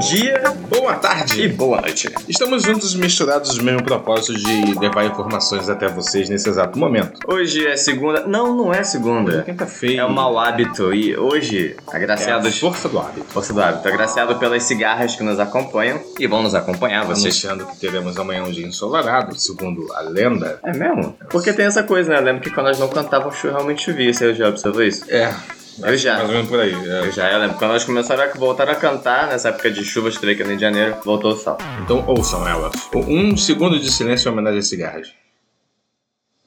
dia, boa tarde e boa noite. Estamos juntos misturados no mesmo propósito de levar informações até vocês nesse exato momento. Hoje é segunda. Não, não é segunda. Quinta-feira. É o mau hábito. E hoje, é a agraciados. força do hábito. Força do hábito. Agraciado pelas cigarras que nos acompanham e vão nos acompanhar, vocês. Anunciando que teremos amanhã um dia ensolarado, segundo a lenda. É mesmo? Porque tem essa coisa, né? Eu lembro que quando nós não cantávamos, chu- realmente chovia. Você já observou isso? É. Eu já. Mais ou menos por aí. Eu é. já, eu lembro. Quando nós começaram a voltar a cantar, nessa época de chuvas, creio que no Rio de Janeiro, voltou o sol. Então ouçam elas. Um segundo de silêncio em homenagem a cigarros.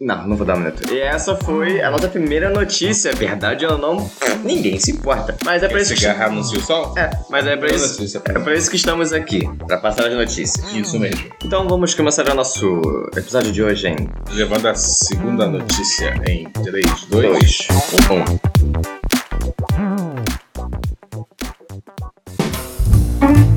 Não, não vou dar uma letra. E essa foi a nossa primeira notícia. Verdade ou não, ninguém se importa. Mas é pra isso que... Cigarra anuncia o sol? É, mas é pra isso... Notícia pra É pra isso que estamos aqui, pra passar as notícias. mim. Isso mesmo. Então vamos começar o nosso episódio de hoje, hein? Levando a segunda notícia em 3, 2, Dois. Um.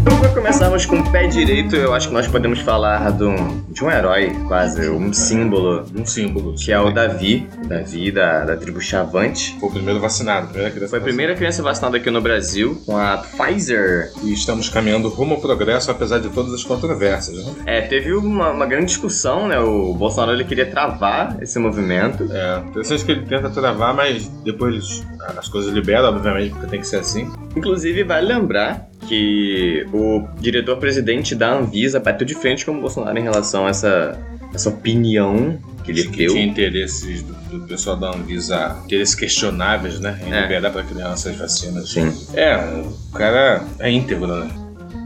Então, pra começarmos com o pé direito, eu acho que nós podemos falar de um, de um herói, quase, um símbolo, um símbolo. que é o Davi, Davi da, da tribo Chavante. Foi o primeiro vacinado, a primeira criança Foi a primeira criança vacinada aqui no Brasil com a Pfizer. vacinada. E estamos caminhando rumo ao progresso, apesar de todas as controvérsias. Né? É, teve uma, uma grande discussão, né? O Bolsonaro ele queria travar esse movimento. É, interessante que ele tenta travar, mas depois as coisas liberam, obviamente, porque tem que ser assim. Inclusive, vale lembrar que o diretor-presidente da Anvisa bateu de frente com o Bolsonaro em relação a essa, essa opinião que ele Acho que deu. Tinha interesses do, do pessoal da Anvisa, interesses questionáveis, né? Em É. liberar pra crianças vacinas. Sim. É, o cara é íntegro, né?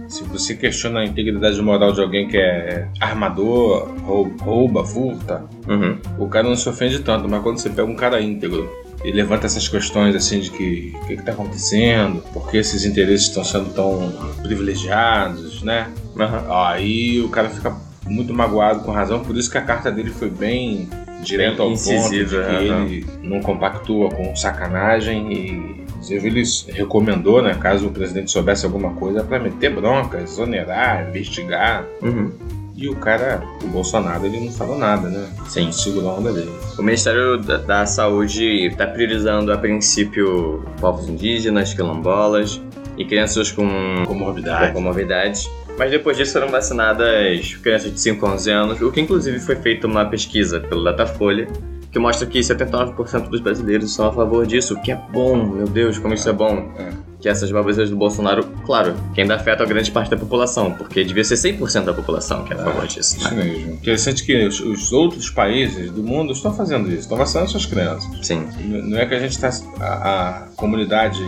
Se você questiona a integridade moral de alguém que é armador, rou- rouba, furta, Uhum. o cara não se ofende tanto, mas quando você pega um cara íntegro e levanta essas questões assim de que o que, que tá acontecendo, por que esses interesses estão sendo tão privilegiados, né? Aham. Aí o cara fica muito magoado com razão, por isso que a carta dele foi bem direto ao ponto, de que incisiva, aham. ele não compactua com sacanagem e inclusive ele recomendou, né, caso o presidente soubesse alguma coisa, para meter bronca, exonerar, investigar. Uhum. E o cara, o Bolsonaro, ele não falou nada, né? Sim. Não segurou a onda dele. O Ministério da, da Saúde está priorizando a princípio povos indígenas, quilombolas e crianças com Comorbidade. com comorbidades. Mas depois disso foram vacinadas crianças de 5 a 11 anos, o que inclusive foi feita uma pesquisa pelo Datafolha, que mostra que 79% dos brasileiros são a favor disso, o que é bom, meu Deus, como isso é bom. É. Que essas baboseiras do Bolsonaro, claro, que ainda afeta a grande parte da população, porque devia ser 100% da população que é a favor disso. Isso né? mesmo. Interessante que os, os outros países do mundo estão fazendo isso, estão vacinando suas crianças. Sim. N- Não é que a gente está. A, a comunidade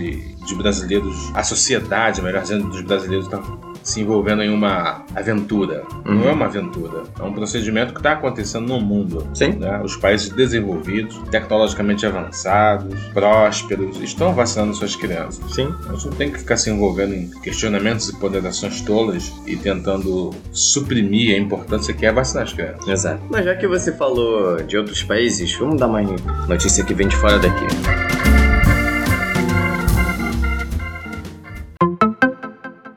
de brasileiros, a sociedade, melhor dizendo, dos brasileiros está se envolvendo em uma aventura. Não Uhum. é uma aventura. É um procedimento que está acontecendo no mundo. Sim. né? Os países desenvolvidos, tecnologicamente avançados, prósperos, estão vacinando suas crianças. Sim. A gente não tem que ficar se envolvendo em questionamentos e ponderações tolas e tentando suprimir a importância que é vacinar as crianças. Exato. Mas já que você falou de outros países, vamos dar uma notícia que vem de fora daqui.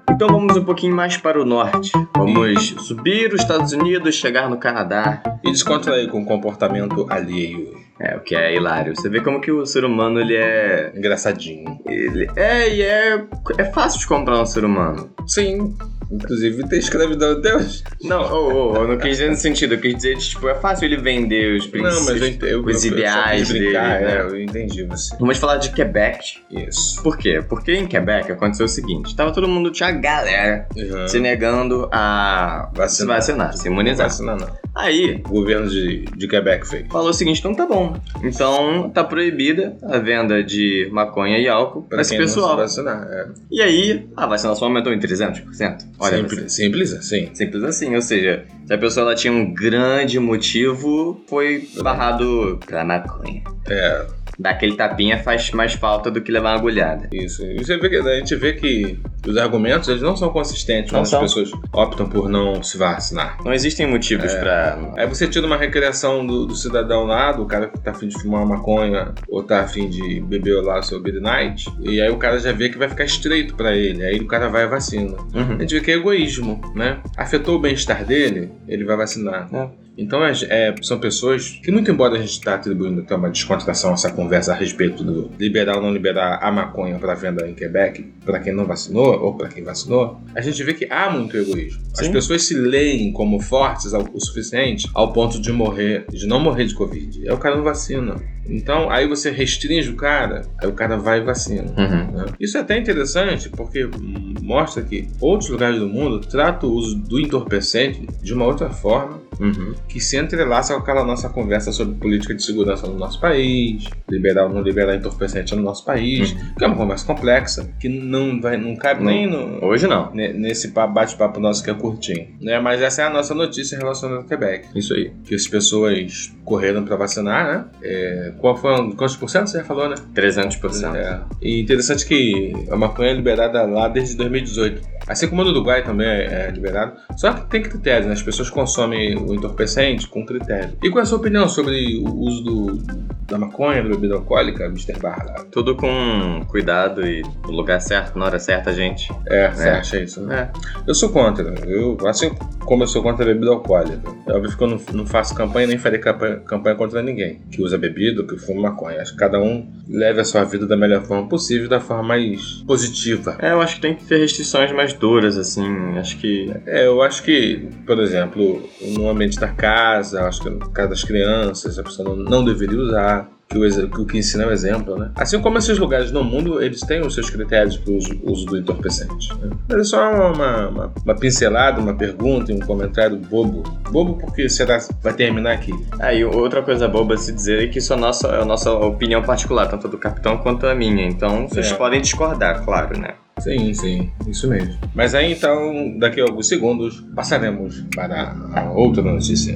Então vamos um pouquinho mais para o norte. Vamos subir os Estados Unidos, chegar no Canadá. E descontrair com o comportamento alheio. É, o que é hilário. Você vê como que o ser humano ele é. Engraçadinho. Ele é e é. É fácil de comprar um ser humano. Sim. Inclusive tem escravidão até hoje. Não, oh, oh, eu não quis dizer nesse sentido, eu quis dizer, tipo, é fácil ele vender os princípios. Não, mas eu entendo. Os ideais dele, né? É, eu entendi você. Vamos falar de Quebec, Isso. Por quê? Porque em Quebec aconteceu o seguinte: tava todo mundo, tinha galera Uhum. se negando a se Vacinar. vacinar, se Não imunizar. vacina, não. Aí O governo de, de Quebec fez. falou o seguinte: então tá bom. Então tá proibida a venda de maconha e álcool pra esse quem não se pessoal. vacinar. É. E aí a vacinação aumentou em 300%. Olha, você. simples, simples assim. Simples assim, ou seja, se a pessoa ela tinha um grande motivo, foi barrado pra maconha. É, Dar aquele tapinha faz mais falta do que levar uma agulhada. Isso. E você vê que, a gente vê que os argumentos eles não são consistentes Não quando são. as pessoas optam por não se vacinar. Não existem É. motivos pra. Aí você tira uma recreação do, do cidadão lá, do cara que tá afim de fumar uma maconha ou tá afim de beber lá o seu Beer Night, e aí o cara já vê que vai ficar estreito pra ele, aí o cara vai e vacina. Uhum. A gente vê que é egoísmo, né? Afetou o bem-estar dele, ele vai vacinar. É. Então é- é- são pessoas que, muito embora a gente está atribuindo até uma descontração a essa conversa a respeito do liberar ou não liberar a maconha para venda em Quebec, para quem não vacinou, vacinou, ou para quem vacinou, a gente vê que há muito egoísmo. As Sim. pessoas se leem como fortes ao- o suficiente ao ponto de morrer, de não morrer de Covid. Aí o cara não vacina. Então, aí você restringe o cara, aí o cara vai e vacina. Uhum. né? Isso é até interessante porque hum, mostra que outros lugares do mundo tratam o uso do entorpecente de uma outra forma Uhum. que se entrelaça com aquela nossa conversa sobre política de segurança no nosso país, liberar ou não liberar entorpecente no nosso país, que é uma conversa complexa, que não, vai, não cabe Não. nem no, Hoje não. ne- nesse pa- bate-papo nosso que é curtinho. Né? Mas essa é a nossa notícia relacionada ao Quebec, Isso aí. que as pessoas correram para vacinar, né? É, qual foi, um- quantos por cento você já falou, né? 300%. É. E interessante que a maconha é liberada lá desde 2018. Assim como no Uruguai também é é liberado. Só que tem critério, né? As pessoas consomem o entorpecente com critério. E qual é a sua opinião sobre o uso do- da maconha, da bebida alcoólica, Mr. Barra? Tudo com cuidado e no lugar certo, na hora certa, gente. É, você acha isso, né? É. Eu sou contra. Eu, assim como eu sou contra a bebida alcoólica. É óbvio que eu não, não faço campanha nem farei campanha, campanha contra ninguém que usa bebida ou que fuma maconha. Acho que cada um leve a sua vida da melhor forma possível, da forma mais positiva. É, eu acho que tem que ter restrições mais duras, assim. Acho que. É, eu acho que, por exemplo, no ambiente da casa, acho que na casa das crianças, a pessoa não, não deveria usar. Que o, exe- que o que ensina é o exemplo, né? Assim como esses lugares no mundo, eles têm os seus critérios para o uso, uso do entorpecente. né? Mas é só uma, uma, uma pincelada, uma pergunta e um comentário bobo. Bobo porque será que vai terminar aqui? Ah, e outra coisa boba a se dizer é que isso é a nossa, é a nossa opinião particular, tanto do capitão quanto a minha. Então vocês É. podem discordar, claro, né? Sim, sim, isso mesmo. Mas aí então, daqui a alguns segundos, passaremos para a outra notícia.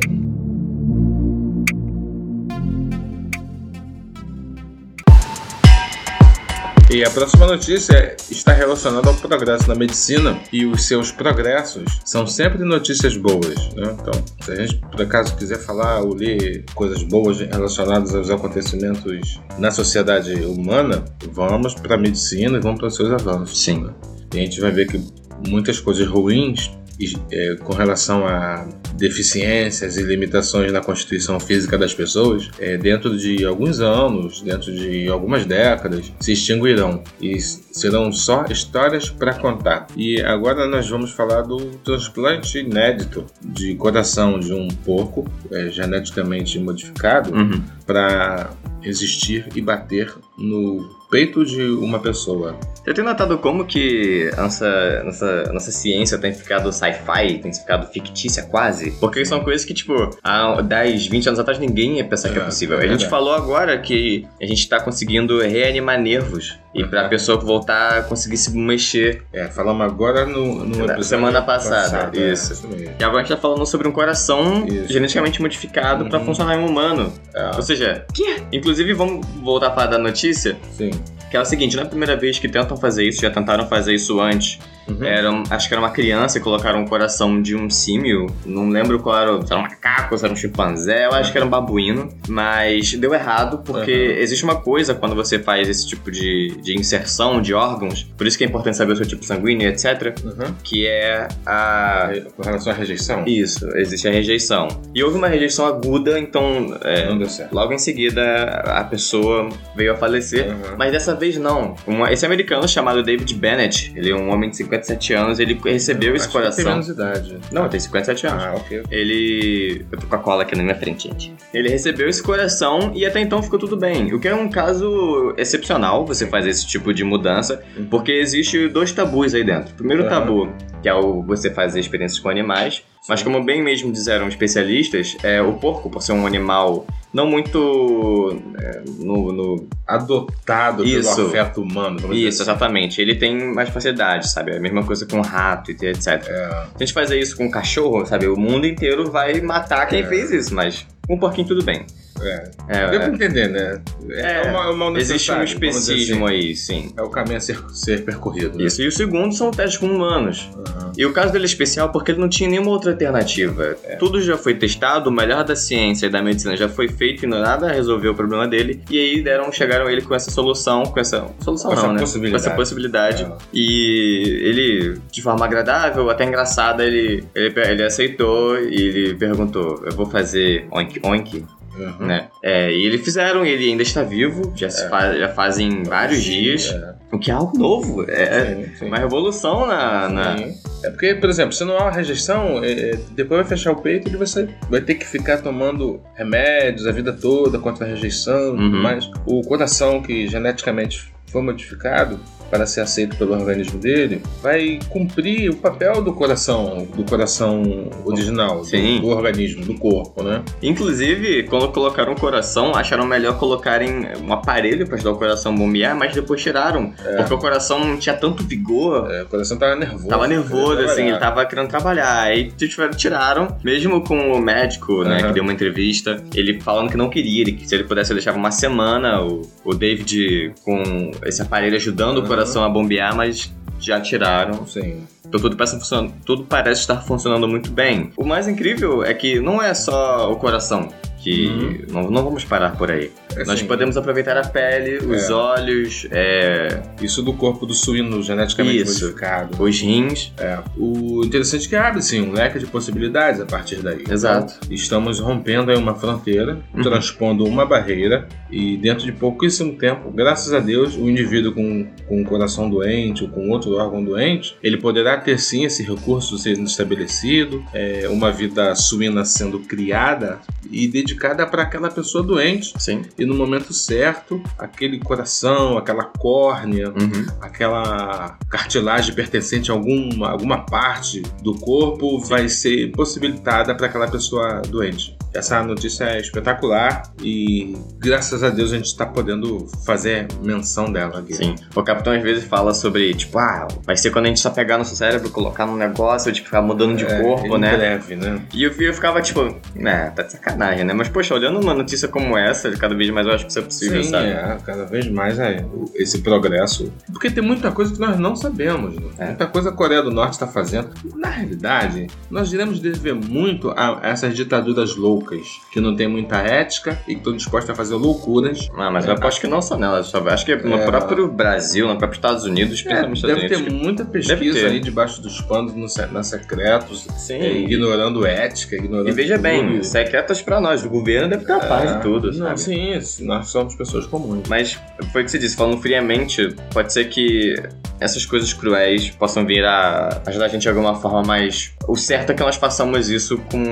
E a próxima notícia está relacionada ao progresso na medicina e os seus progressos são sempre notícias boas. Né? Então, se a gente por acaso quiser falar ou ler coisas boas relacionadas aos acontecimentos na sociedade humana, vamos para a medicina e vamos para os seus avanços. Sim. E a gente vai ver que muitas coisas ruins e, é, com relação a deficiências e limitações na constituição física das pessoas, é, dentro de alguns anos, dentro de algumas décadas, se extinguirão e s- serão só histórias para contar. E agora nós vamos falar do transplante inédito de coração de um porco é, geneticamente modificado Uhum. para resistir e bater no peito de uma pessoa. Eu tenho notado como que a nossa, nossa, nossa ciência tem ficado sci-fi, tem ficado fictícia quase. Porque são coisas que, tipo, há 10, 20 anos atrás ninguém ia pensar que é É, possível. é a gente verdade. falou agora que a gente tá conseguindo reanimar nervos. E pra Uhum. pessoa voltar a conseguir se mexer. É, falamos agora no, no Da episódio semana passada, é, isso. mesmo. E agora a gente tá falando sobre um coração Isso. geneticamente modificado pra Uhum. funcionar em um humano. É, Ou seja, quê? Inclusive, vamos voltar a falar da notícia, sim. que é o seguinte, não é a primeira vez que tentam fazer isso, já tentaram fazer isso antes. Uhum. Era, um- acho que era uma criança e colocaram o coração de um símio, não lembro qual era, o- se era um macaco, se era um chimpanzé, eu acho que era um babuíno, mas deu errado, porque Uhum. existe uma coisa quando você faz esse tipo de, de inserção de órgãos, por isso que é importante saber o seu tipo sanguíneo, etc, Uhum. que é a... Aí, Com relação à rejeição, Isso, existe a rejeição. E houve uma rejeição aguda, então é, não deu certo. Logo em seguida, a pessoa veio a falecer. Uhum. Mas dessa vez não. Um- esse americano chamado David Bennett, ele é um homem de 57 anos, ele recebeu esse Acho que Tem coração. menos idade. Não, tem 57 anos. Ah, ok. Ele. Eu tô com a cola aqui na minha frente, gente. Ele recebeu esse coração e até então ficou tudo bem. O que é um caso excepcional você fazer esse tipo de mudança, porque existe dois tabus aí dentro. O primeiro Aham. tabu, que é o você fazer experiências com animais, mas como bem mesmo disseram especialistas, é, o porco, por ser um animal não muito. é, no- no Adotado Isso. pelo afeto humano. vamos dizer isso, exatamente. Ele tem mais facilidade, sabe? É a mesma coisa com rato e etc. É. Se a gente fazer isso com cachorro, sabe? O mundo inteiro vai matar quem É. fez isso, mas com um porquinho tudo bem. assim. É. Deu É, pra entender, né? É, uma, uma necessidade, existe um vamos dizer especismo assim. aí, sim. É o caminho a ser, ser percorrido. né? Isso. E o segundo são testes com humanos. Uhum. E o caso dele é especial porque ele não tinha nenhuma outra alternativa. É. Tudo já foi testado, o melhor da ciência e da medicina já foi feito e nada resolveu o problema dele. E aí deram, chegaram a ele com essa solução, com essa. Solução Com essa não, né? Com possibilidade. essa É. possibilidade. E ele, de forma agradável, até engraçada, ele, ele, ele aceitou e ele perguntou: Eu vou fazer oink oink? Uhum. né? É, e eles fizeram, ele ainda está vivo, já, se É. fa- já fazem vários dias, É, o que é algo novo, é sim, sim. uma revolução na... na- Sim. É porque, por exemplo, se não há uma rejeição, é, é, depois vai fechar o peito e ele vai sair. Vai ter que ficar tomando remédios a vida toda contra a rejeição e tudo Uhum. mais. O coração que geneticamente foi modificado para ser aceito pelo organismo dele, vai cumprir o papel do coração, do coração original, do- Sim. do organismo, do corpo, né? Inclusive, quando colocaram o coração, acharam melhor colocarem um aparelho para ajudar o coração a bombear, mas depois tiraram, porque o coração não tinha tanto vigor... É, o coração tava nervoso. Tava nervoso, queria assim, ele trabalhar. tava querendo trabalhar. Aí tiveram, tiraram, mesmo com o médico, né, Aham. que deu uma entrevista, ele falando que não queria, ele, que se ele pudesse, ele deixava uma semana o, o David com esse aparelho ajudando o Aham. coração a bombear, mas já tiraram. Sim. Então tudo parece, funcionando, tudo parece estar funcionando muito bem. O mais incrível é que não é só o coração. Que Uhum. não, não vamos parar por aí. Nós Assim, podemos aproveitar a pele, os É. olhos, é, Isso do corpo do suíno geneticamente Isso. modificado. os rins. O interessante é que abre sim um leque de possibilidades a partir daí. Exato. Então, estamos rompendo aí uma fronteira, Uhum. transpondo uma barreira e dentro de pouquíssimo tempo, graças a Deus, o indivíduo com, com o coração doente ou com outro órgão doente, ele poderá ter sim esse recurso sendo estabelecido, é, uma vida suína sendo criada e dedicada para aquela pessoa doente Então, Sim. e no momento certo, aquele coração, aquela córnea, Uhum. aquela cartilagem pertencente a alguma, alguma parte do corpo vai ser possibilitada para aquela pessoa doente. Essa notícia é espetacular e graças a Deus a gente está podendo fazer menção dela aqui. Sim. O capitão às vezes fala sobre, tipo, ah, vai ser quando a gente só pegar nosso cérebro, colocar num negócio, tipo, ficar mudando de É, corpo, em né? breve, né? E eu, eu ficava tipo, né, tá de sacanagem, né? Mas, poxa, olhando uma notícia como essa, de cada vez mais eu acho que isso é possível, Sim, sabe? é, cada vez mais é, o- esse progresso. Porque tem muita coisa que nós não sabemos, né? É. muita coisa a Coreia do Norte está fazendo. Na realidade, nós iremos dever muito a essas ditaduras loucas, que não tem muita ética e que estão dispostas a fazer loucuras. Ah, mas eu aposto que não só nela, só acho que no É. próprio Brasil, no próprio Estados Unidos, É, principalmente nos Estados deve ter Unidos. muita pesquisa Deve ter. aí debaixo dos panos, no, se- na secretos, que- Sim. é, ignorando ética, ignorando. E veja tudo. Ah, bem, secretas pra nós, do governo deve ter a paz de tudo, É. Não, sabe? sim, isso, nós somos pessoas comuns. Mas foi o que você disse, falando friamente, pode ser que essas coisas cruéis possam vir a ajudar a gente de alguma forma, mas o certo é que nós façamos isso com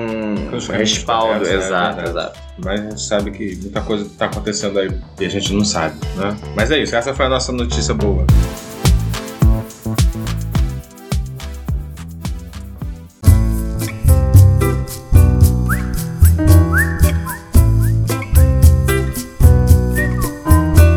os caminhos respaldo. corretos, né? Exato, Verdade. exato. Mas a gente sabe que muita coisa tá acontecendo aí e a gente não sabe, né? Mas é isso, essa foi a nossa notícia boa.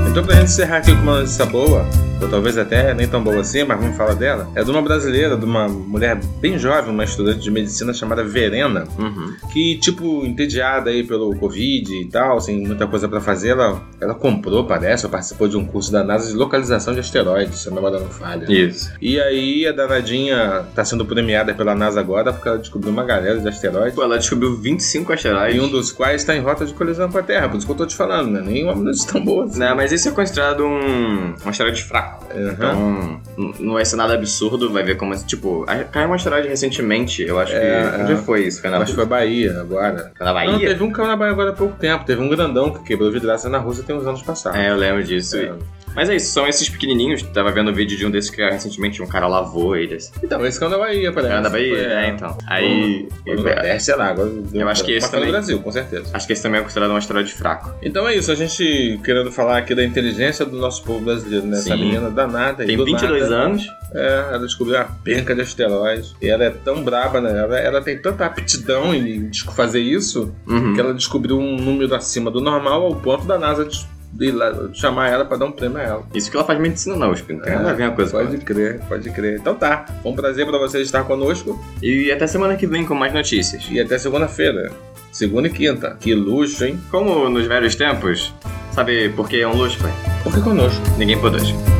Então, pra gente encerrar aqui com uma notícia boa, ou talvez até nem tão boa assim, mas vamos falar dela, é de uma brasileira, de uma mulher bem jovem, uma estudante de medicina chamada Verena Uhum. que, tipo, entediada aí pelo Covid e tal, sem muita coisa pra fazer, ela, ela comprou, parece, ou participou de um curso da NASA de localização de asteroides, se a memória não falha. Isso. E aí a danadinha tá sendo premiada pela NASA agora porque ela descobriu uma galera de asteroides. Pô, ela descobriu 25 E asteroides. um dos quais está em rota de colisão com a Terra, por isso que eu tô te falando, né? Nem uma notícia tão boa assim. Não, mas isso é considerado um, um asteroide fraco. Aham. Então, n- não vai ser nada absurdo, vai ver como. Tipo, a- caiu um asteroide recentemente, eu acho É, que. é. Onde foi isso? Foi na, Acho que foi a Bahia agora. foi na Bahia? Não, teve um que caiu na Bahia agora há pouco tempo. Teve um grandão que quebrou vidraça na Rússia tem uns anos passados. É, eu lembro disso. É. Mas é isso, são esses pequenininhos. Tava vendo um vídeo de um desses que recentemente um cara lavou eles. Então, esse caiu na Bahia, parece. Era da Bahia, Foi, é. né? Então. Aí. Ou no Nordeste, é, sei lá. Agora deu Eu acho que pra- esse pra também. fora do Brasil, com certeza. Acho que esse também é considerado um asteroide fraco. Então é isso, a gente querendo falar aqui da inteligência do nosso povo brasileiro, né? Essa Sim. menina danada. e Tem do 22 nada, anos. É, ela descobriu uma penca de asteroides. E ela é tão braba, né? Ela, ela tem tanta aptidão em des- fazer isso Uhum. que ela descobriu um número acima do normal ao ponto da NASA de, de ir lá chamar ela pra dar um prêmio a ela. Isso que ela faz medicina na USP, não tem nada a ver uma coisa com a É, Pode crer, pode crer. Então tá, foi um prazer pra você estar conosco outra. E até semana que vem com mais notícias. e até segunda-feira. Segunda e quinta. Que luxo, hein? Como nos velhos tempos, sabe por que é um luxo, pai? Porque conosco. Ninguém pôde.